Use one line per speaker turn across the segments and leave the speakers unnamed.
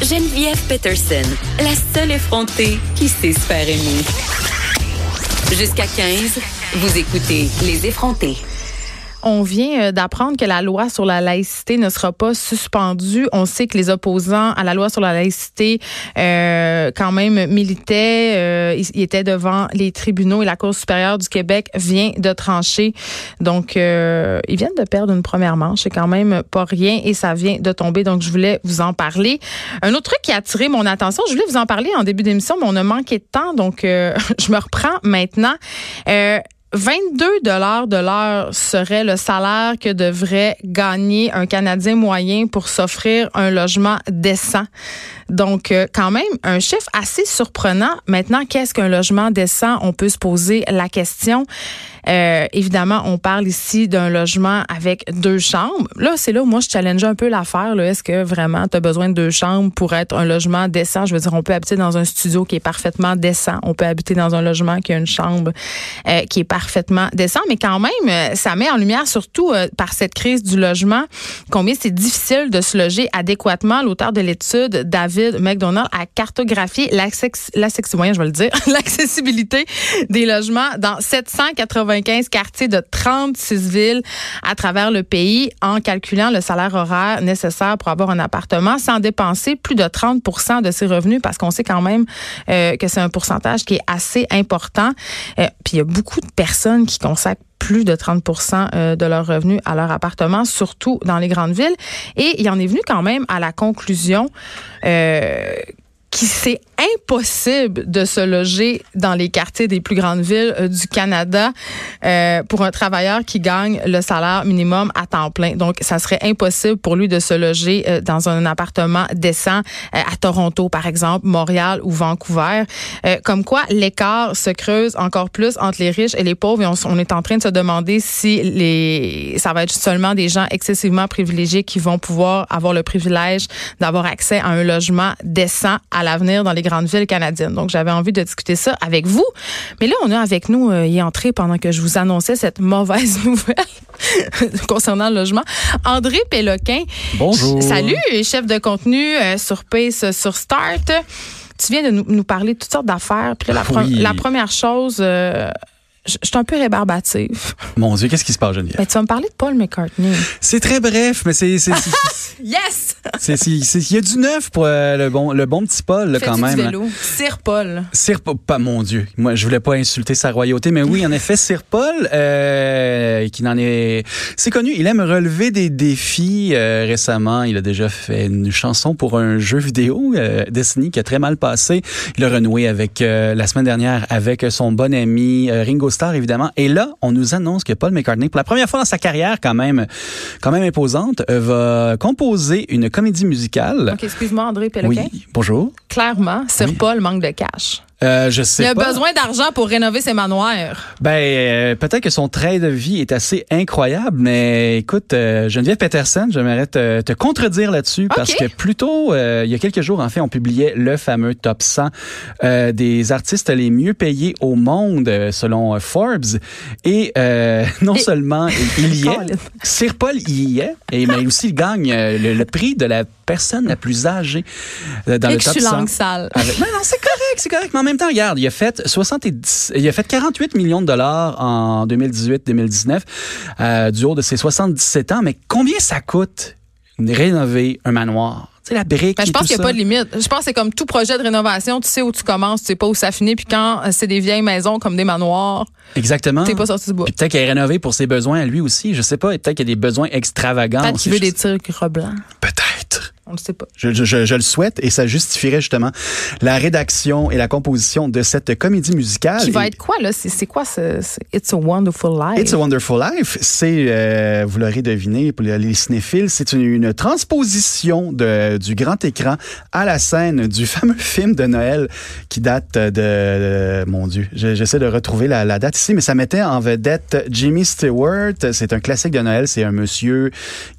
Geneviève Peterson, la seule effrontée qui sait se faire aimer. Jusqu'à 15, vous écoutez Les effrontés.
On vient euh, d'apprendre que la loi sur la laïcité ne sera pas suspendue. On sait que les opposants à la loi sur la laïcité, euh, quand même, militaient. euh, ils, ils étaient devant les tribunaux et la Cour supérieure du Québec vient de trancher. Donc, euh, ils viennent de perdre une première manche. C'est quand même pas rien et ça vient de tomber. Donc, je voulais vous en parler. Un autre truc qui a attiré mon attention, je voulais vous en parler en début d'émission, mais on a manqué de temps. Donc, euh, je me reprends maintenant. Euh, 22 dollars de l'heure serait le salaire que devrait gagner un Canadien moyen pour s'offrir un logement décent. Donc, euh, quand même, un chiffre assez surprenant. Maintenant, qu'est-ce qu'un logement décent? On peut se poser la question. Euh, évidemment, on parle ici d'un logement avec deux chambres. Là, c'est là où moi, je challenge un peu l'affaire. là. Est-ce que vraiment tu as besoin de deux chambres pour être un logement décent? Je veux dire, on peut habiter dans un studio qui est parfaitement décent. On peut habiter dans un logement qui a une chambre euh, qui est parfaitement décent. Mais quand même, euh, ça met en lumière, surtout euh, par cette crise du logement, combien c'est difficile de se loger adéquatement. L'auteur de l'étude, David McDonald, a cartographié l'accex- l'accex- moyen, je vais le dire, l'accessibilité des logements dans 795 quartiers de 36 villes à travers le pays en calculant le salaire horaire nécessaire pour avoir un appartement sans dépenser plus de 30 de ses revenus parce qu'on sait quand même euh, que c'est un pourcentage qui est assez important. Euh, puis il y a beaucoup de personnes qui consacrent plus de 30 euh, de leurs revenus à leur appartement, surtout dans les grandes villes. Et il en est venu quand même à la conclusion euh, qu'il c'est impossible de se loger dans les quartiers des plus grandes villes euh, du Canada euh, pour un travailleur qui gagne le salaire minimum à temps plein. Donc, ça serait impossible pour lui de se loger euh, dans un appartement décent euh, à Toronto, par exemple, Montréal ou Vancouver. Euh, comme quoi, l'écart se creuse encore plus entre les riches et les pauvres. Et on, s- on est en train de se demander si les, ça va être seulement des gens excessivement privilégiés qui vont pouvoir avoir le privilège d'avoir accès à un logement décent à l'avenir dans les grandes villes canadiennes. Donc, j'avais envie de discuter ça avec vous. Mais là, on a avec nous, euh, y entré pendant que je vous annonçais cette mauvaise nouvelle concernant le logement, André Péloquin.
Bonjour.
Salut, chef de contenu euh, sur Pace, sur Start. Tu viens de nous, nous parler de toutes sortes d'affaires. Puis là, la, pre-
Ah Oui.
la première chose, euh, je je suis un peu rébarbative.
Mon Dieu, qu'est-ce qui se passe, Geneviève?
Mais tu vas me parler de Paul McCartney.
C'est très bref, mais c'est. c'est- c'est-
Yes!
c'est- c'est- c'est- Il y a du neuf pour euh, le, bon, le bon petit Paul, là,
Fais-tu
quand
du
même. hein.
vélo. Sir Paul.
Sir Paul, pas mon Dieu. Moi, je voulais pas insulter sa royauté, mais oui, en effet, Sir Paul, euh, qui n'en est, c'est connu. Il aime relever des défis. euh, récemment, il a déjà fait une chanson pour un jeu vidéo euh, Destiny qui a très mal passé. Il a renoué avec euh, la semaine dernière avec son bon ami euh, Ringo Starr, évidemment. Et là, on nous annonce que Paul McCartney, pour la première fois dans sa carrière, quand même, quand même imposante, euh, va composer une comédie musicale.
OK, excuse-moi, André Péloquin.
Oui, bonjour.
Clairement, Sir Paul manque de cash.
Euh, je sais
Il a
pas.
besoin d'argent pour rénover ses manoirs.
Ben, euh, peut-être que son trait de vie est assez incroyable, mais écoute, euh, Geneviève Peterson, j'aimerais te, te contredire là-dessus parce
Ok.
que plus tôt, euh, il y a quelques jours, en fait, on publiait le fameux top 100 euh, des artistes les mieux payés au monde euh, selon euh, Forbes. Et euh, non
Et-
seulement il il y
Colin.
est, Sir Paul y est, et, mais aussi il gagne euh, le, le prix de la personne la plus âgée euh, dans
Et
le
que je
top Ah,
suis
100.
langue sale.
Avec- Non, non, c'est correct, c'est correct. Mais en même temps, regarde, il a fait 70, il a fait 48 millions de dollars en 2018-2019, euh, du haut de ses 77 ans. Mais combien ça coûte rénover un manoir? Tu sais, la brique.
Ben, je
et
pense
tout
qu'il n'y a
ça.
pas de limite. Je pense que c'est comme tout projet de rénovation, tu sais où tu commences, tu sais pas où ça finit. Puis quand euh, c'est des vieilles maisons comme des manoirs,
Exactement.
t'es pas sorti du bois.
Puis peut-être qu'il est rénové pour ses besoins à lui aussi, je sais pas. Et peut-être qu'il y a des besoins extravagants.
Peut-être
aussi,
qu'il veut
je
des
sais-
tirs gros blancs.
Peut-être.
On ne sait pas.
Je, je- je- je le souhaite et ça justifierait justement la rédaction et la composition de cette comédie musicale.
Qui
Et-
va être quoi, là? C'est c'est quoi ce, ce It's a Wonderful Life?
It's a Wonderful Life, c'est, euh, vous l'aurez deviné, pour les cinéphiles, c'est une, une transposition de, du grand écran à la scène du fameux film de Noël qui date de, euh, mon Dieu, je- j'essaie de retrouver la, la date ici, mais ça mettait en vedette Jimmy Stewart. C'est un classique de Noël, c'est un monsieur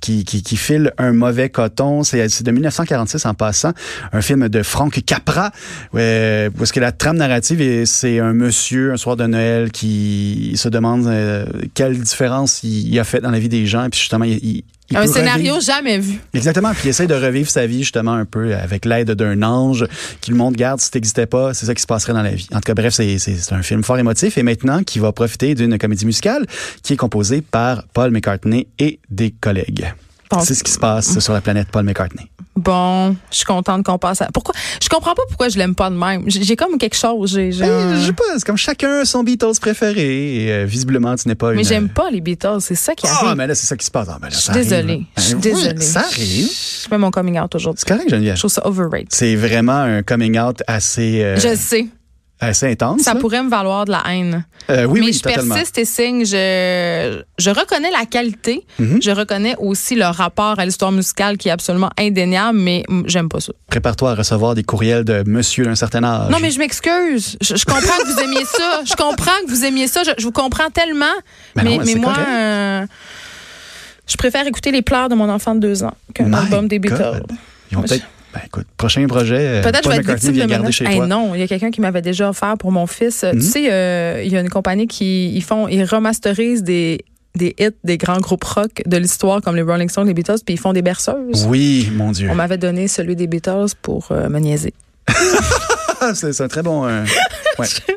qui, qui, qui file un mauvais coton. C'est c'est de 1946 en passant, un film de Frank Capra, euh, parce que la trame narrative, est- c'est un monsieur un soir de Noël qui se demande euh, quelle différence il, il a fait dans la vie des gens, puis justement, il, il- Il
un
peut
scénario
revivre-
jamais vu.
Exactement. Puis il essaie de revivre sa vie, justement, un peu avec l'aide d'un ange qui le montre, garde, si t'existais pas, c'est ça qui se passerait dans la vie. En tout cas, bref, c'est c'est- c'est un film fort émotif et maintenant qui va profiter d'une comédie musicale qui est composée par Paul McCartney et des collègues.
Bon.
C'est ce qui se passe sur la planète Paul McCartney.
Bon, je suis contente qu'on passe à. Pourquoi? Je comprends pas pourquoi je l'aime pas de même. J'ai j'ai comme quelque chose. j'ai- j'ai un-
Ben, Je sais pas, c'est comme chacun son Beatles préféré et euh, visiblement, tu n'es pas
Mais
une- euh,
j'aime pas les Beatles, c'est ça qui
Ah,
arrive.
mais là, c'est ça qui se passe. Ah, ben
Je
là,
suis
ça arrive.
désolée. Je suis
Ben, oui,
désolée.
Ça arrive.
Je fais mon coming out aujourd'hui.
C'est correct, Geneviève.
Je trouve ça overrated.
C'est vraiment un coming out assez, euh,
Je sais.
assez intense.
Ça
là.
pourrait me valoir de la haine.
Euh, oui,
mais
oui,
je
totalement.
persiste et signe. Je, je reconnais la qualité.
Mm-hmm.
Je reconnais aussi le rapport à l'histoire musicale qui est absolument indéniable, mais mm, j'aime pas ça.
Prépare-toi à recevoir des courriels de monsieur d'un certain âge.
Non, mais je m'excuse. Je, je comprends que vous aimiez ça. Je comprends que vous aimiez ça. Je, je vous comprends tellement.
Ben
mais
non,
mais
c'est
moi,
correct.
euh, je préfère écouter les pleurs de mon enfant de deux ans qu'un
My
album des
God.
Beatles.
Ils vont peut-être. Ben écoute, prochain projet. euh,
Peut-être je
Paul
vais être
McCartney
victime
vient
de
garder
menaces.
chez
Hey,
toi. Hmm?
non, il y a quelqu'un qui m'avait déjà offert pour mon fils. Tu sais, euh, il y a une compagnie qui ils font, ils remasterisent des des hits des grands groupes rock de l'histoire comme les Rolling Stones, les Beatles, puis ils font des berceuses.
Oui, mon Dieu.
On m'avait donné celui des Beatles pour euh, me niaiser.
Ah, c'est c'est un très bon. euh, ouais,
OK.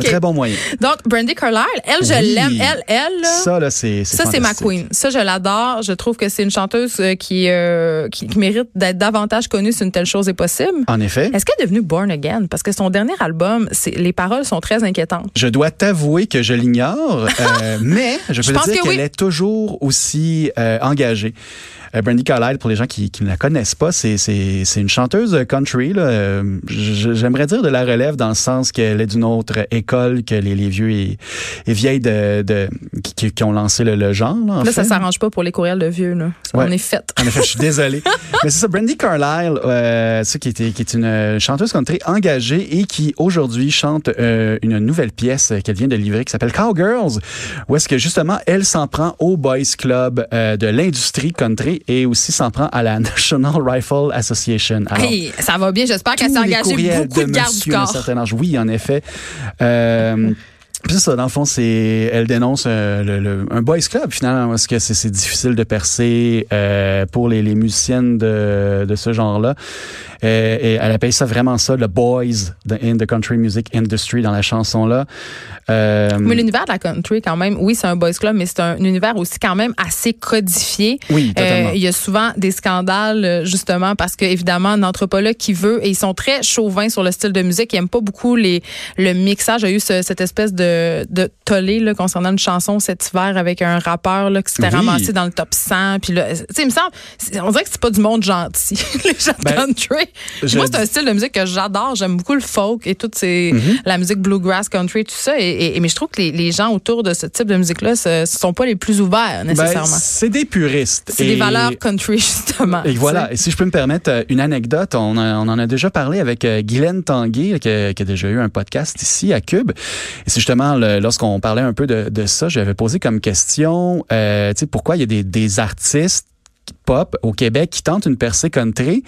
Un très bon moyen.
Donc, Brandy Carlyle, elle, je
Oui.
l'aime. Elle, elle, là,
Ça, là, c'est.
Ça, c'est ma
fantastique.
queen. Ça, je l'adore. Je trouve que c'est une chanteuse euh, qui, euh, qui, qui mérite d'être davantage connue si une telle chose est possible.
En effet.
Est-ce qu'elle est devenue Born Again? Parce que son dernier album, c'est- les paroles sont très inquiétantes.
Je dois t'avouer que je l'ignore, euh, mais je peux
pense
te dire
que
qu'elle
oui.
est toujours aussi euh, engagée. Euh, Brandy Carlyle, pour les gens qui, qui ne la connaissent pas, c'est c'est- c'est une chanteuse country. là. Euh, j- J'aimerais dire de la relève dans le sens qu'elle est d'une autre école que les, les vieux et, et vieilles de, de- qui- qui, qui ont lancé le, le genre. Là, en
Là, ça
fait.
s'arrange pas pour les courriels de vieux. Là.
Ouais.
On est fait.
En effet, je suis désolé. Mais c'est ça, Brandy Carlyle, euh, ça, qui, était, qui est une euh, chanteuse country engagée et qui aujourd'hui chante euh, une nouvelle pièce qu'elle vient de livrer qui s'appelle Cowgirls, où est-ce que justement elle s'en prend au Boys Club euh, de l'industrie country et aussi s'en prend à la National Rifle Association. Alors,
Hey, ça va bien. J'espère qu'elle
tous
s'est
les
engagée
courriels
beaucoup de, garde
monsieur
du
d'un
corps.
certain âge. Oui, en effet. Euh, puis c'est ça, dans le fond, c'est elle dénonce euh, le- le- un boys club finalement parce que c'est c'est difficile de percer euh, pour les, les musiciennes de, de ce genre-là. Euh, et elle appelle ça vraiment ça le boys the- in the country music industry dans la chanson là. Euh,
Mais l'univers de la country, quand même, oui, c'est un boys club, mais c'est un univers aussi quand même assez codifié.
Oui, totalement.
Euh, il y a souvent des scandales, euh, justement, parce que évidemment, un anthropologue qui veut, et ils sont très chauvins sur le style de musique, ils aiment pas beaucoup les le mixage. Il y a eu ce- cette espèce de, de tollé là, concernant une chanson cet hiver avec un rappeur là, qui s'était
Oui.
ramassé dans le top 100. Puis là, euh, tu sais, il me semble, c'est- on dirait que c'est pas du monde gentil, les gens de
Ben,
country.
je
Moi, c'est
dis- Mm-hmm.
un style de musique que j'adore. J'aime beaucoup le folk et toute ces, la musique bluegrass, country, tout ça. Et, et- et- mais je trouve que les, les gens autour de ce type de musique-là ne sont pas les plus ouverts,
ben,
nécessairement.
c'est des puristes.
C'est
Et-
des valeurs country, justement.
Et voilà, et si je peux me permettre euh, une anecdote, on, a- on en a déjà parlé avec euh, Guylaine Tanguay, qui, a- qui a déjà eu un podcast ici à Cube. Et c'est justement le- lorsqu'on parlait un peu de, de ça, j'avais posé comme question, euh, tu sais, pourquoi il y a des, des artistes pop au Québec qui tentent une percée country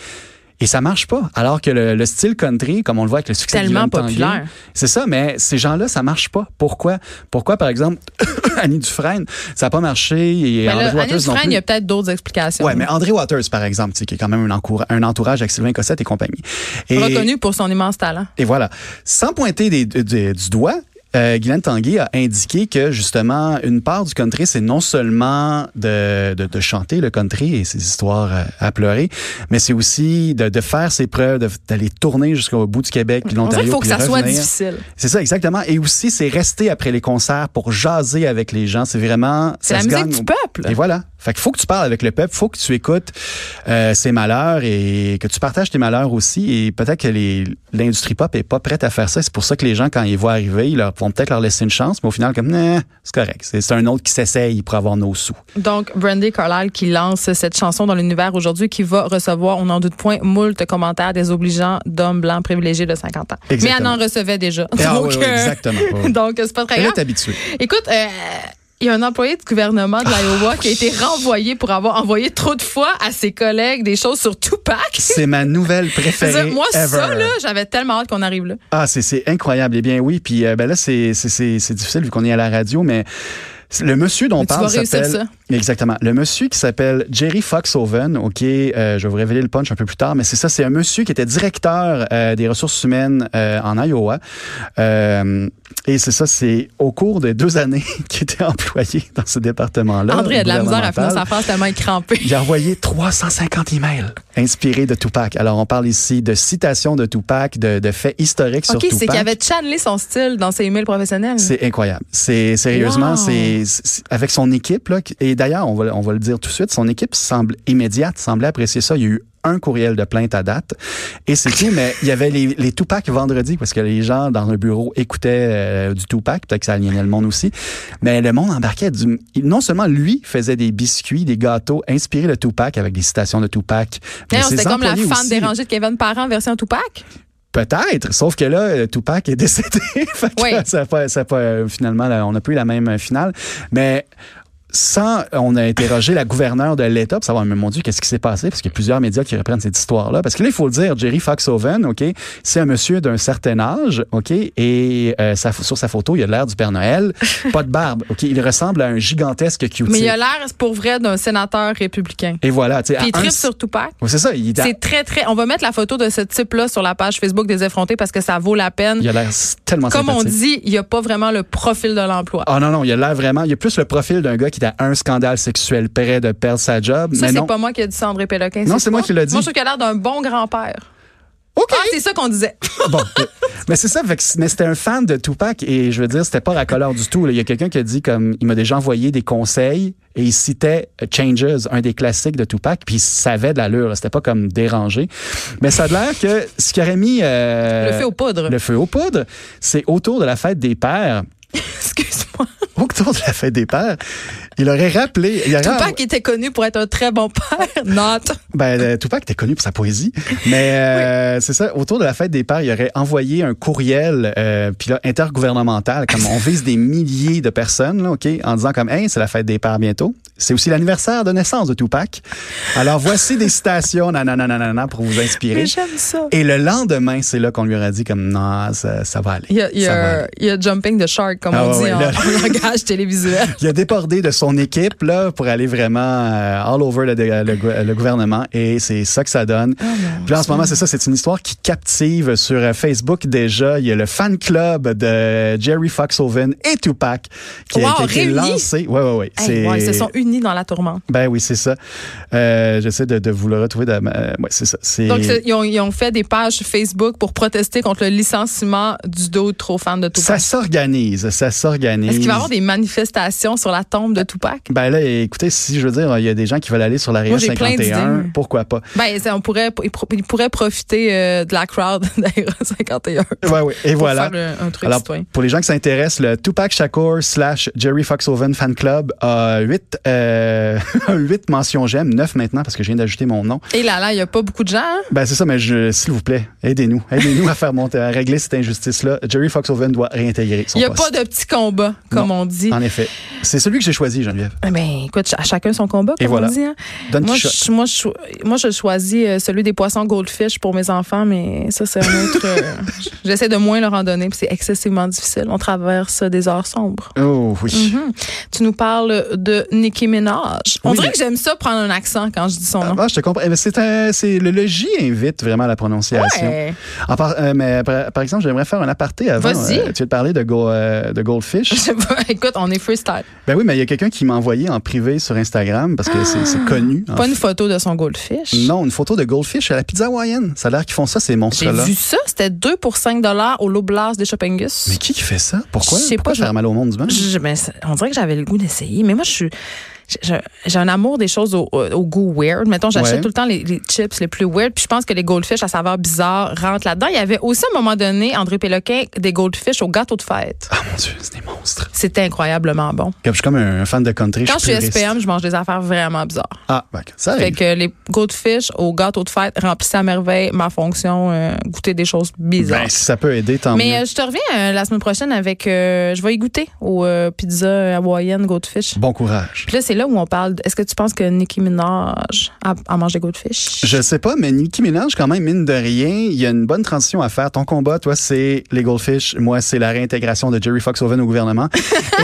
et ça marche pas. Alors que le, le style country, comme on le voit avec le succès de
Tellement
Guylaine Tanguay,
populaire.
c'est ça, mais ces gens-là, ça marche pas. Pourquoi? Pourquoi, par exemple, Annie Dufresne, ça a pas marché et
Mais Ben là,
André
Annie
Waters non
Dufresne, il
plus.
y a peut-être d'autres explications.
Ouais, mais André Waters, par exemple, tu sais, qui est quand même un, encour- un entourage avec Sylvain Cossette et compagnie. Et,
Reconnu pour son immense talent.
et voilà. Sans pointer des- des- du doigt, euh, Guylaine Tanguay a indiqué que, justement, une part du country, c'est non seulement de, de- de chanter le country et ses histoires euh, à pleurer, mais c'est aussi de, de faire ses preuves, de- d'aller tourner jusqu'au bout du Québec, puis
On dirait
l'Ontario,
qu'il faut que
puis
ça soit
revenir.
difficile.
C'est ça, exactement. Et aussi, c'est rester après les concerts pour jaser avec les gens. C'est vraiment...
C'est
ça
la
se
musique
gagne
du
au-
peuple.
et voilà. Fait qu'il faut que tu parles avec le peuple, faut que tu écoutes euh, ses malheurs et que tu partages tes malheurs aussi. Et peut-être que les- l'industrie pop est pas prête à faire ça. C'est pour ça que les gens, quand ils voient arriver, ils leur, vont peut-être leur laisser une chance, mais au final, comme, Nah, c'est correct. C'est c'est un autre qui s'essaye pour avoir nos sous.
Donc, Brandy Carlyle qui lance cette chanson dans l'univers aujourd'hui qui va recevoir, on n'en doute point, moult commentaires désobligeants d'hommes blancs privilégiés de 50 ans.
Exactement.
Mais elle en recevait déjà.
Ah,
donc,
oui, oui,
euh,
exactement. Oui, oui.
donc, c'est pas très
Elle
grave.
est habituée.
Écoute, euh, il y a un employé du gouvernement de l'Iowa qui a été renvoyé pour avoir envoyé trop de fois à ses collègues des choses sur Tupac.
C'est ma nouvelle préférée.
Moi, ça,
ever.
là, j'avais tellement hâte qu'on arrive là.
Ah, c'est- c'est incroyable. Eh bien, oui. Puis euh, ben là, c'est c'est- c'est- c'est difficile vu qu'on est à la radio, mais Le monsieur dont on
Mais tu
parle
vas réussir
s'appelle...
ça.
Exactement. Le monsieur qui s'appelle Jerry Foxhoven, OK, euh, je vais vous révéler le punch un peu plus tard, mais c'est ça, c'est un monsieur qui était directeur euh, des ressources humaines euh, en Iowa. Euh, et c'est ça, c'est au cours des deux années qu'il était employé dans ce département-là.
André a de la misère à finir
gouvernemental.
sa phrase tellement crampée.
Il a envoyé 350 emails inspirés de Tupac. Alors, on parle ici de citations de Tupac, de, de faits historiques
OK,
sur Tupac.
c'est qu'il avait channelé son style dans ses emails professionnels.
C'est incroyable. C'est sérieusement,
Wow.
c'est c'est- avec son équipe là, qui- et d'ailleurs, on va on va le dire tout de suite, son équipe semble immédiate, semblait apprécier ça. Il y a eu un courriel de plainte à date. Et c'est tout, mais il y avait les, les Tupac vendredi, parce que les gens dans le bureau écoutaient euh, du Tupac, peut-être que ça aliénait le monde aussi. Mais le monde embarquait. Du, non seulement lui faisait des biscuits, des gâteaux inspirés de Tupac avec des citations de Tupac. mais
Non,
ses
C'était comme la
employés
fan
aussi.
dérangée de Kevin Parent version Tupac.
Peut-être, sauf que là, euh, Tupac est décédé. Fait que
Oui.
ça a pas- ça a pas, euh, finalement, là, on n'a plus eu la même euh, finale. Mais sans, on a interrogé la gouverneure de l'État pour savoir, mais mon Dieu, qu'est-ce qui s'est passé? Parce qu'il y a plusieurs médias qui reprennent cette histoire-là. Parce que là, il faut le dire, Jerry Foxhoven, OK, c'est un monsieur d'un certain âge, OK, et euh, sa- sur sa photo, il a l'air du Père Noël, pas de barbe, OK, il ressemble à un gigantesque cutie.
Mais il a l'air pour vrai d'un sénateur républicain.
Et voilà, tu sais,
Puis il
à un-
tripe sur Tupac.
Ouais, c'est ça, il, est à-
C'est très, très. On va mettre la photo de ce type-là sur la page Facebook des effrontés parce que ça vaut la peine.
il a l'air tellement
Comme on
sympathique.
dit, il n'y a pas vraiment le profil de l'emploi.
Ah non, non, il a l'air vraiment. Il a plus le profil d'un gars qui a un scandale sexuel près de perdre sa job.
Ça,
mais non.
c'est pas moi qui ai dit ça, André Péloquin.
Non, c'est moi
toi?
qui l'ai dit.
Moi, je trouve qu'il a l'air d'un bon grand-père.
OK.
Ah, c'est ça qu'on disait.
Bon. euh, mais c'est ça. fait que c- mais c'était un fan de Tupac et je veux dire, c'était pas racoleur du tout. là. Il y a quelqu'un qui a dit comme il m'a déjà envoyé des conseils et il citait euh, Changes, un des classiques de Tupac, puis il savait de l'allure. là. C'était pas comme dérangé. Mais ça a l'air que ce qui aurait mis euh,
le fait aux poudres.
le feu aux poudres, c'est autour de la fête des pères.
Excuse-moi.
Autour de la fête des pères, il aurait rappelé. Il aurait
Tupac était connu pour être un très bon père. Not.
Ben, euh, Tupac était connu pour sa poésie, mais euh, c'est ça. Autour de la fête des pères, il aurait envoyé un courriel, euh, puis là intergouvernemental, comme on vise des milliers de personnes, là, ok, en disant comme, hey, c'est la fête des pères bientôt. C'est aussi l'anniversaire de naissance de Tupac. Alors voici des citations, nanana, nanana, pour vous inspirer.
Mais j'aime ça.
Et le lendemain, c'est là qu'on lui aurait dit comme, non, ça, ça va aller.
Il y a, il y
Ça va
a-
aller.
il y a jumping the shark, comme
Ah
on
ouais,
dit
ouais,
en,
là.
en langage télévisuel.
Il a débordé de son équipe là, pour aller vraiment euh, all over le, le- le- le gouvernement et c'est ça que ça donne.
Oh,
Puis là, en ce moment, c'est ça, c'est une histoire qui captive sur euh, Facebook déjà. Il y a le fan club de Jerry Foxhoven et Tupac qui a
Wow,
qui a été
réunis?
lancé. Ouais, ouais, ouais.
Hey, ouais, ils se sont unis dans la tourmente.
Ben oui, c'est ça. Euh, J'essaie de, de vous le retrouver. dans ma- euh, ouais, c'est ça. C'est-
Donc, c'est- ils ont, ils ont fait des pages Facebook pour protester contre le licenciement du dos de trop fan de
ça
Tupac.
s'organise, ça s'organise.
Est-ce qu'il va y avoir des manifestations sur la tombe de Tupac?
Ben là, écoutez, si je veux dire, il y a des gens qui veulent aller sur la
Moi,
Ria
j'ai plein
51,
d'idées.
pourquoi pas?
Ben, ça, on pourrait, ils pro- ils pourraient profiter euh, de la crowd d'Aéro 51 pour
Ouais, ouais. Et voilà.
faire un, un truc
Alors,
citoyen.
pour les gens qui s'intéressent, le Tupac Shakur slash Jerry Foxhoven fan club a 8, mentions j'aime, 9 maintenant parce que je viens d'ajouter mon nom.
Et là, là, il n'y a pas beaucoup de gens. hein?
Ben c'est ça, mais je- s'il vous plaît, aidez-nous. Aidez-nous à faire monter, à régler cette injustice-là. Jerry Foxhoven doit réintégrer son
Il n'y a
poste.
pas de petit combat, comme
Non.
on dit.
En effet. C'est celui que j'ai choisi, Geneviève.
Eh Ben, écoute, ch- à chacun son combat,
Et
comme
voilà.
on dit. hein.
Don
Moi,
Quichotte.
je, moi, je, moi, je choisis euh, celui des poissons goldfish pour mes enfants, mais ça, c'est un autre. euh, J'essaie de moins leur en donner, puis c'est excessivement difficile. On traverse euh, des heures sombres.
Oh oui.
Mhm, Tu nous parles de Nicki Minaj. On
Oui.
dirait que j'aime ça prendre un accent quand je dis son nom.
Ah, je te comprends. Eh ben, c'est un- c'est le logis invite vraiment à la prononciation.
Ouais.
En par, euh, mais par, par exemple, j'aimerais faire un aparté avant.
Vas-y.
Euh, tu as parlé de, go- euh, de Goldfish.
Je sais pas. Écoute, on est freestyle.
Ben oui, mais il y a quelqu'un qui m'a envoyé en privé sur Instagram parce que c'est c'est connu. en
Ah! Pas une photo de son goldfish.
fait. Non, une photo de Goldfish à la pizza hawaïenne. Ça a l'air qu'ils font ça, ces
J'ai
monstres-là.
vu ça. C'était 2 pour 5 au Loblas de Shoppingus.
Mais qui qui fait ça? Pourquoi?
Je sais pas,
Pourquoi faire
je-
mal au monde du monde?
Je- je- mais c'est- on dirait que j'avais le goût d'essayer. Mais moi, je suis. j'ai- J'ai j'ai un amour des choses au, au- au goût weird. Mettons, j'achète
Ouais.
tout le temps les, les chips les plus weird. Puis je pense que les goldfish à saveur bizarre rentrent là-dedans. Il y avait aussi à un moment donné, André Péloquin, des goldfish au gâteau de fête.
Ah mon Dieu, c'est des monstres.
C'était incroyablement bon.
Comme, Je suis comme un fan de country.
Quand je suis
puriste.
SPM, je mange des affaires vraiment bizarres.
Ah, ben, ça
Fait
arrive.
que les goldfish au gâteau de fête remplissaient à merveille ma fonction, euh, goûter des choses bizarres.
Ben, si ça peut aider, tant
Mais
mieux.
euh, je te reviens euh, la semaine prochaine avec. euh, je vais y goûter aux euh, pizzas hawaïennes goldfish.
Bon courage.
Puis là, c'est là là où on parle. de- Est-ce que tu penses que Nicki Minaj a, a mangé Goldfish?
Je sais pas, mais Nicki Minaj, quand même, mine de rien, il y a une bonne transition à faire. Ton combat, toi, c'est les Goldfish. Moi, c'est la réintégration de Jerry Foxhoven au gouvernement.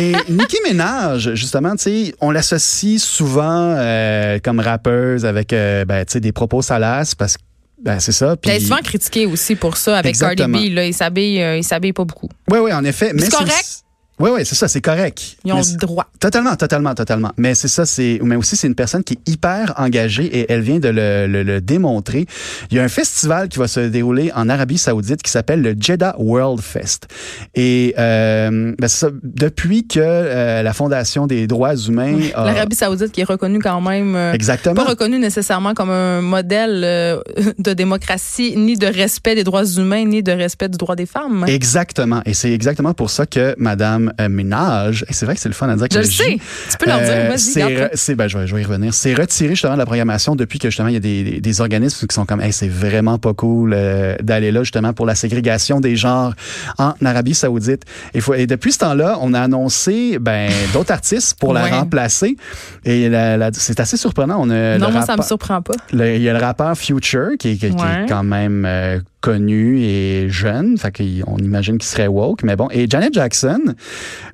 Et Nicki Minaj, justement, tu sais, on l'associe souvent euh, comme rappeuse avec euh, ben, tu sais, des propos salaces parce que ben, c'est ça.
Elle est
puis-
souvent critiquée aussi pour ça avec
Exactement.
Cardi B. Là, il s'habille, euh, il s'habille pas beaucoup.
Oui, oui, en effet. mais
correct?
Oui, oui, c'est ça, c'est correct.
Ils ont
Mais
le droit.
Totalement, totalement, totalement. Mais c'est ça, c'est, mais aussi c'est une personne qui est hyper engagée et elle vient de le, le- le démontrer. Il y a un festival qui va se dérouler en Arabie Saoudite qui s'appelle le Jeddah World Fest. Et euh, ben, c'est ça, depuis que euh, la fondation des droits humains, a-
L'Arabie Saoudite qui est reconnue quand même. euh,
Ah. exactement,
pas reconnue nécessairement comme un modèle euh, de démocratie, ni de respect des droits humains, ni de respect du droit des femmes.
exactement. Et c'est exactement pour ça que Madame euh, Ménage, et c'est vrai que c'est le fun à dire.
je
que
le
J-
sais. Tu peux leur dire,
Euh,
vas-y,
c'est
garde-toi.
re- c'est- ben, je, vais, je vais y revenir. C'est retiré justement de la programmation depuis que justement il y a des, des- des organismes qui sont comme Hey, c'est vraiment pas cool euh, d'aller là justement pour la ségrégation des genres en Arabie Saoudite. Et, faut- et depuis ce temps-là, on a annoncé ben, d'autres artistes pour la
Ouais.
remplacer. Et la- la- c'est assez surprenant. On a
Non,
euh, le
moi, ça me
rappeur-
surprend pas.
le- Il y a le rappeur Future qui, qui- qui
Ouais.
est quand même euh, connu et jeune. Fait qu'il- on imagine qu'il serait woke, mais bon. Et Janet Jackson.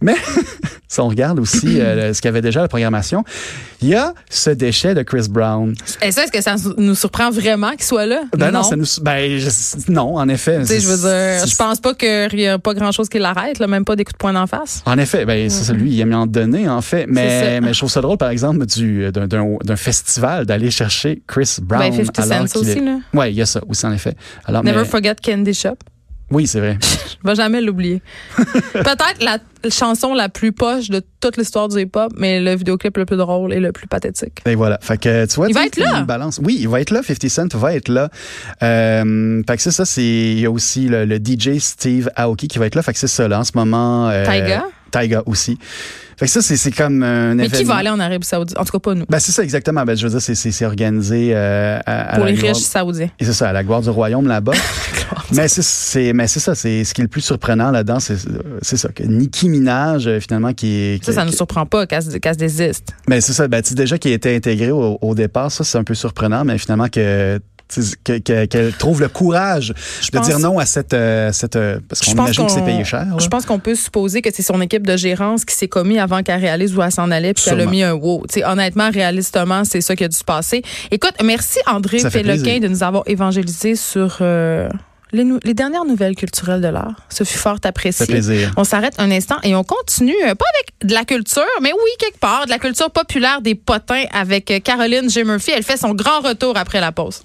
Mais si on regarde aussi euh, le- ce qu'il y avait déjà à la programmation, il y a ce déchet de Chris Brown.
Et ça, est-ce que ça nous surprend vraiment qu'il soit là?
Ben non, ça nous- ben, je- non, en effet.
Tu sais, je veux dire,
C'est-
je pense pas qu'il y a pas grand-chose qui l'arrête, là, même pas des coups de poing d'en face.
En effet, ben, c'est ça, lui, il aime en donner, en
C'est
fait.
ça.
Mais, mais je trouve ça drôle, par exemple, du, d'un, d'un- d'un festival, d'aller chercher Chris Brown.
Ben, 50
alors
Cent
qu'il
aussi,
est-
là.
Ouais, il y a ça aussi, en effet. Alors,
Never
mais-
forget Candy Shop.
Oui, c'est vrai.
Je vais jamais l'oublier. Peut-être la chanson la plus poche de toute l'histoire du hip-hop, mais le vidéoclip le plus drôle et le plus pathétique.
Et voilà. Fait que tu vois,
Il
tu
va
sais,
être là.
une balance. Oui, il va être là. 50 Cent va être là. Euh, fait que c'est ça. C'est il y a aussi le, le DJ Steve Aoki qui va être là. Fait que c'est ça. Là, en ce moment. euh,
Tyga.
Tyga aussi. Fait que ça, c'est, c'est comme un
Mais qui
événement.
va aller en Arabie Saoudite? En tout cas, pas nous.
Ben, c'est ça, exactement. Ben, je veux dire, c'est, c'est, c'est organisé euh, à, à
Pour
la
les
gloire-
riches saoudiens.
Et c'est ça, à la gloire du royaume là-bas. mais, c'est, c'est, mais c'est ça, c'est ce qui est le plus surprenant là-dedans, c'est, c'est ça, que Nicki Minaj, euh, finalement, qui est...
Ça, ça
qui-
nous surprend pas qu'elle se- qu'elle se désiste.
Mais c'est ça, ben, tu sais, déjà qui était intégré au, au départ, ça c'est un peu surprenant, mais finalement que tu sais, que- que- qu'elle trouve le courage de
pense-
dire non à cette, euh, cette euh, parce
Je
qu'on
pense
imagine que c'est
qu'on-
payé cher. là.
Je pense qu'on peut supposer que c'est son équipe de gérance qui s'est commis avant qu'elle réalise où elle s'en allait puis qu'elle a
Sûrement.
mis un wow. Tu sais, honnêtement, réalistement, c'est ça qui a dû se passer. Écoute, merci André
Ça fait
Péloquin
plaisir.
de nous avoir évangélisé sur euh, les, nou- les dernières nouvelles culturelles de l'art. Ce fut fort
Ça fait
apprécié.
plaisir.
On s'arrête un instant et on continue, euh, pas avec de la culture, mais oui, quelque part, de la culture populaire des potins avec euh, Caroline J. Murphy. Elle fait son grand retour après la pause.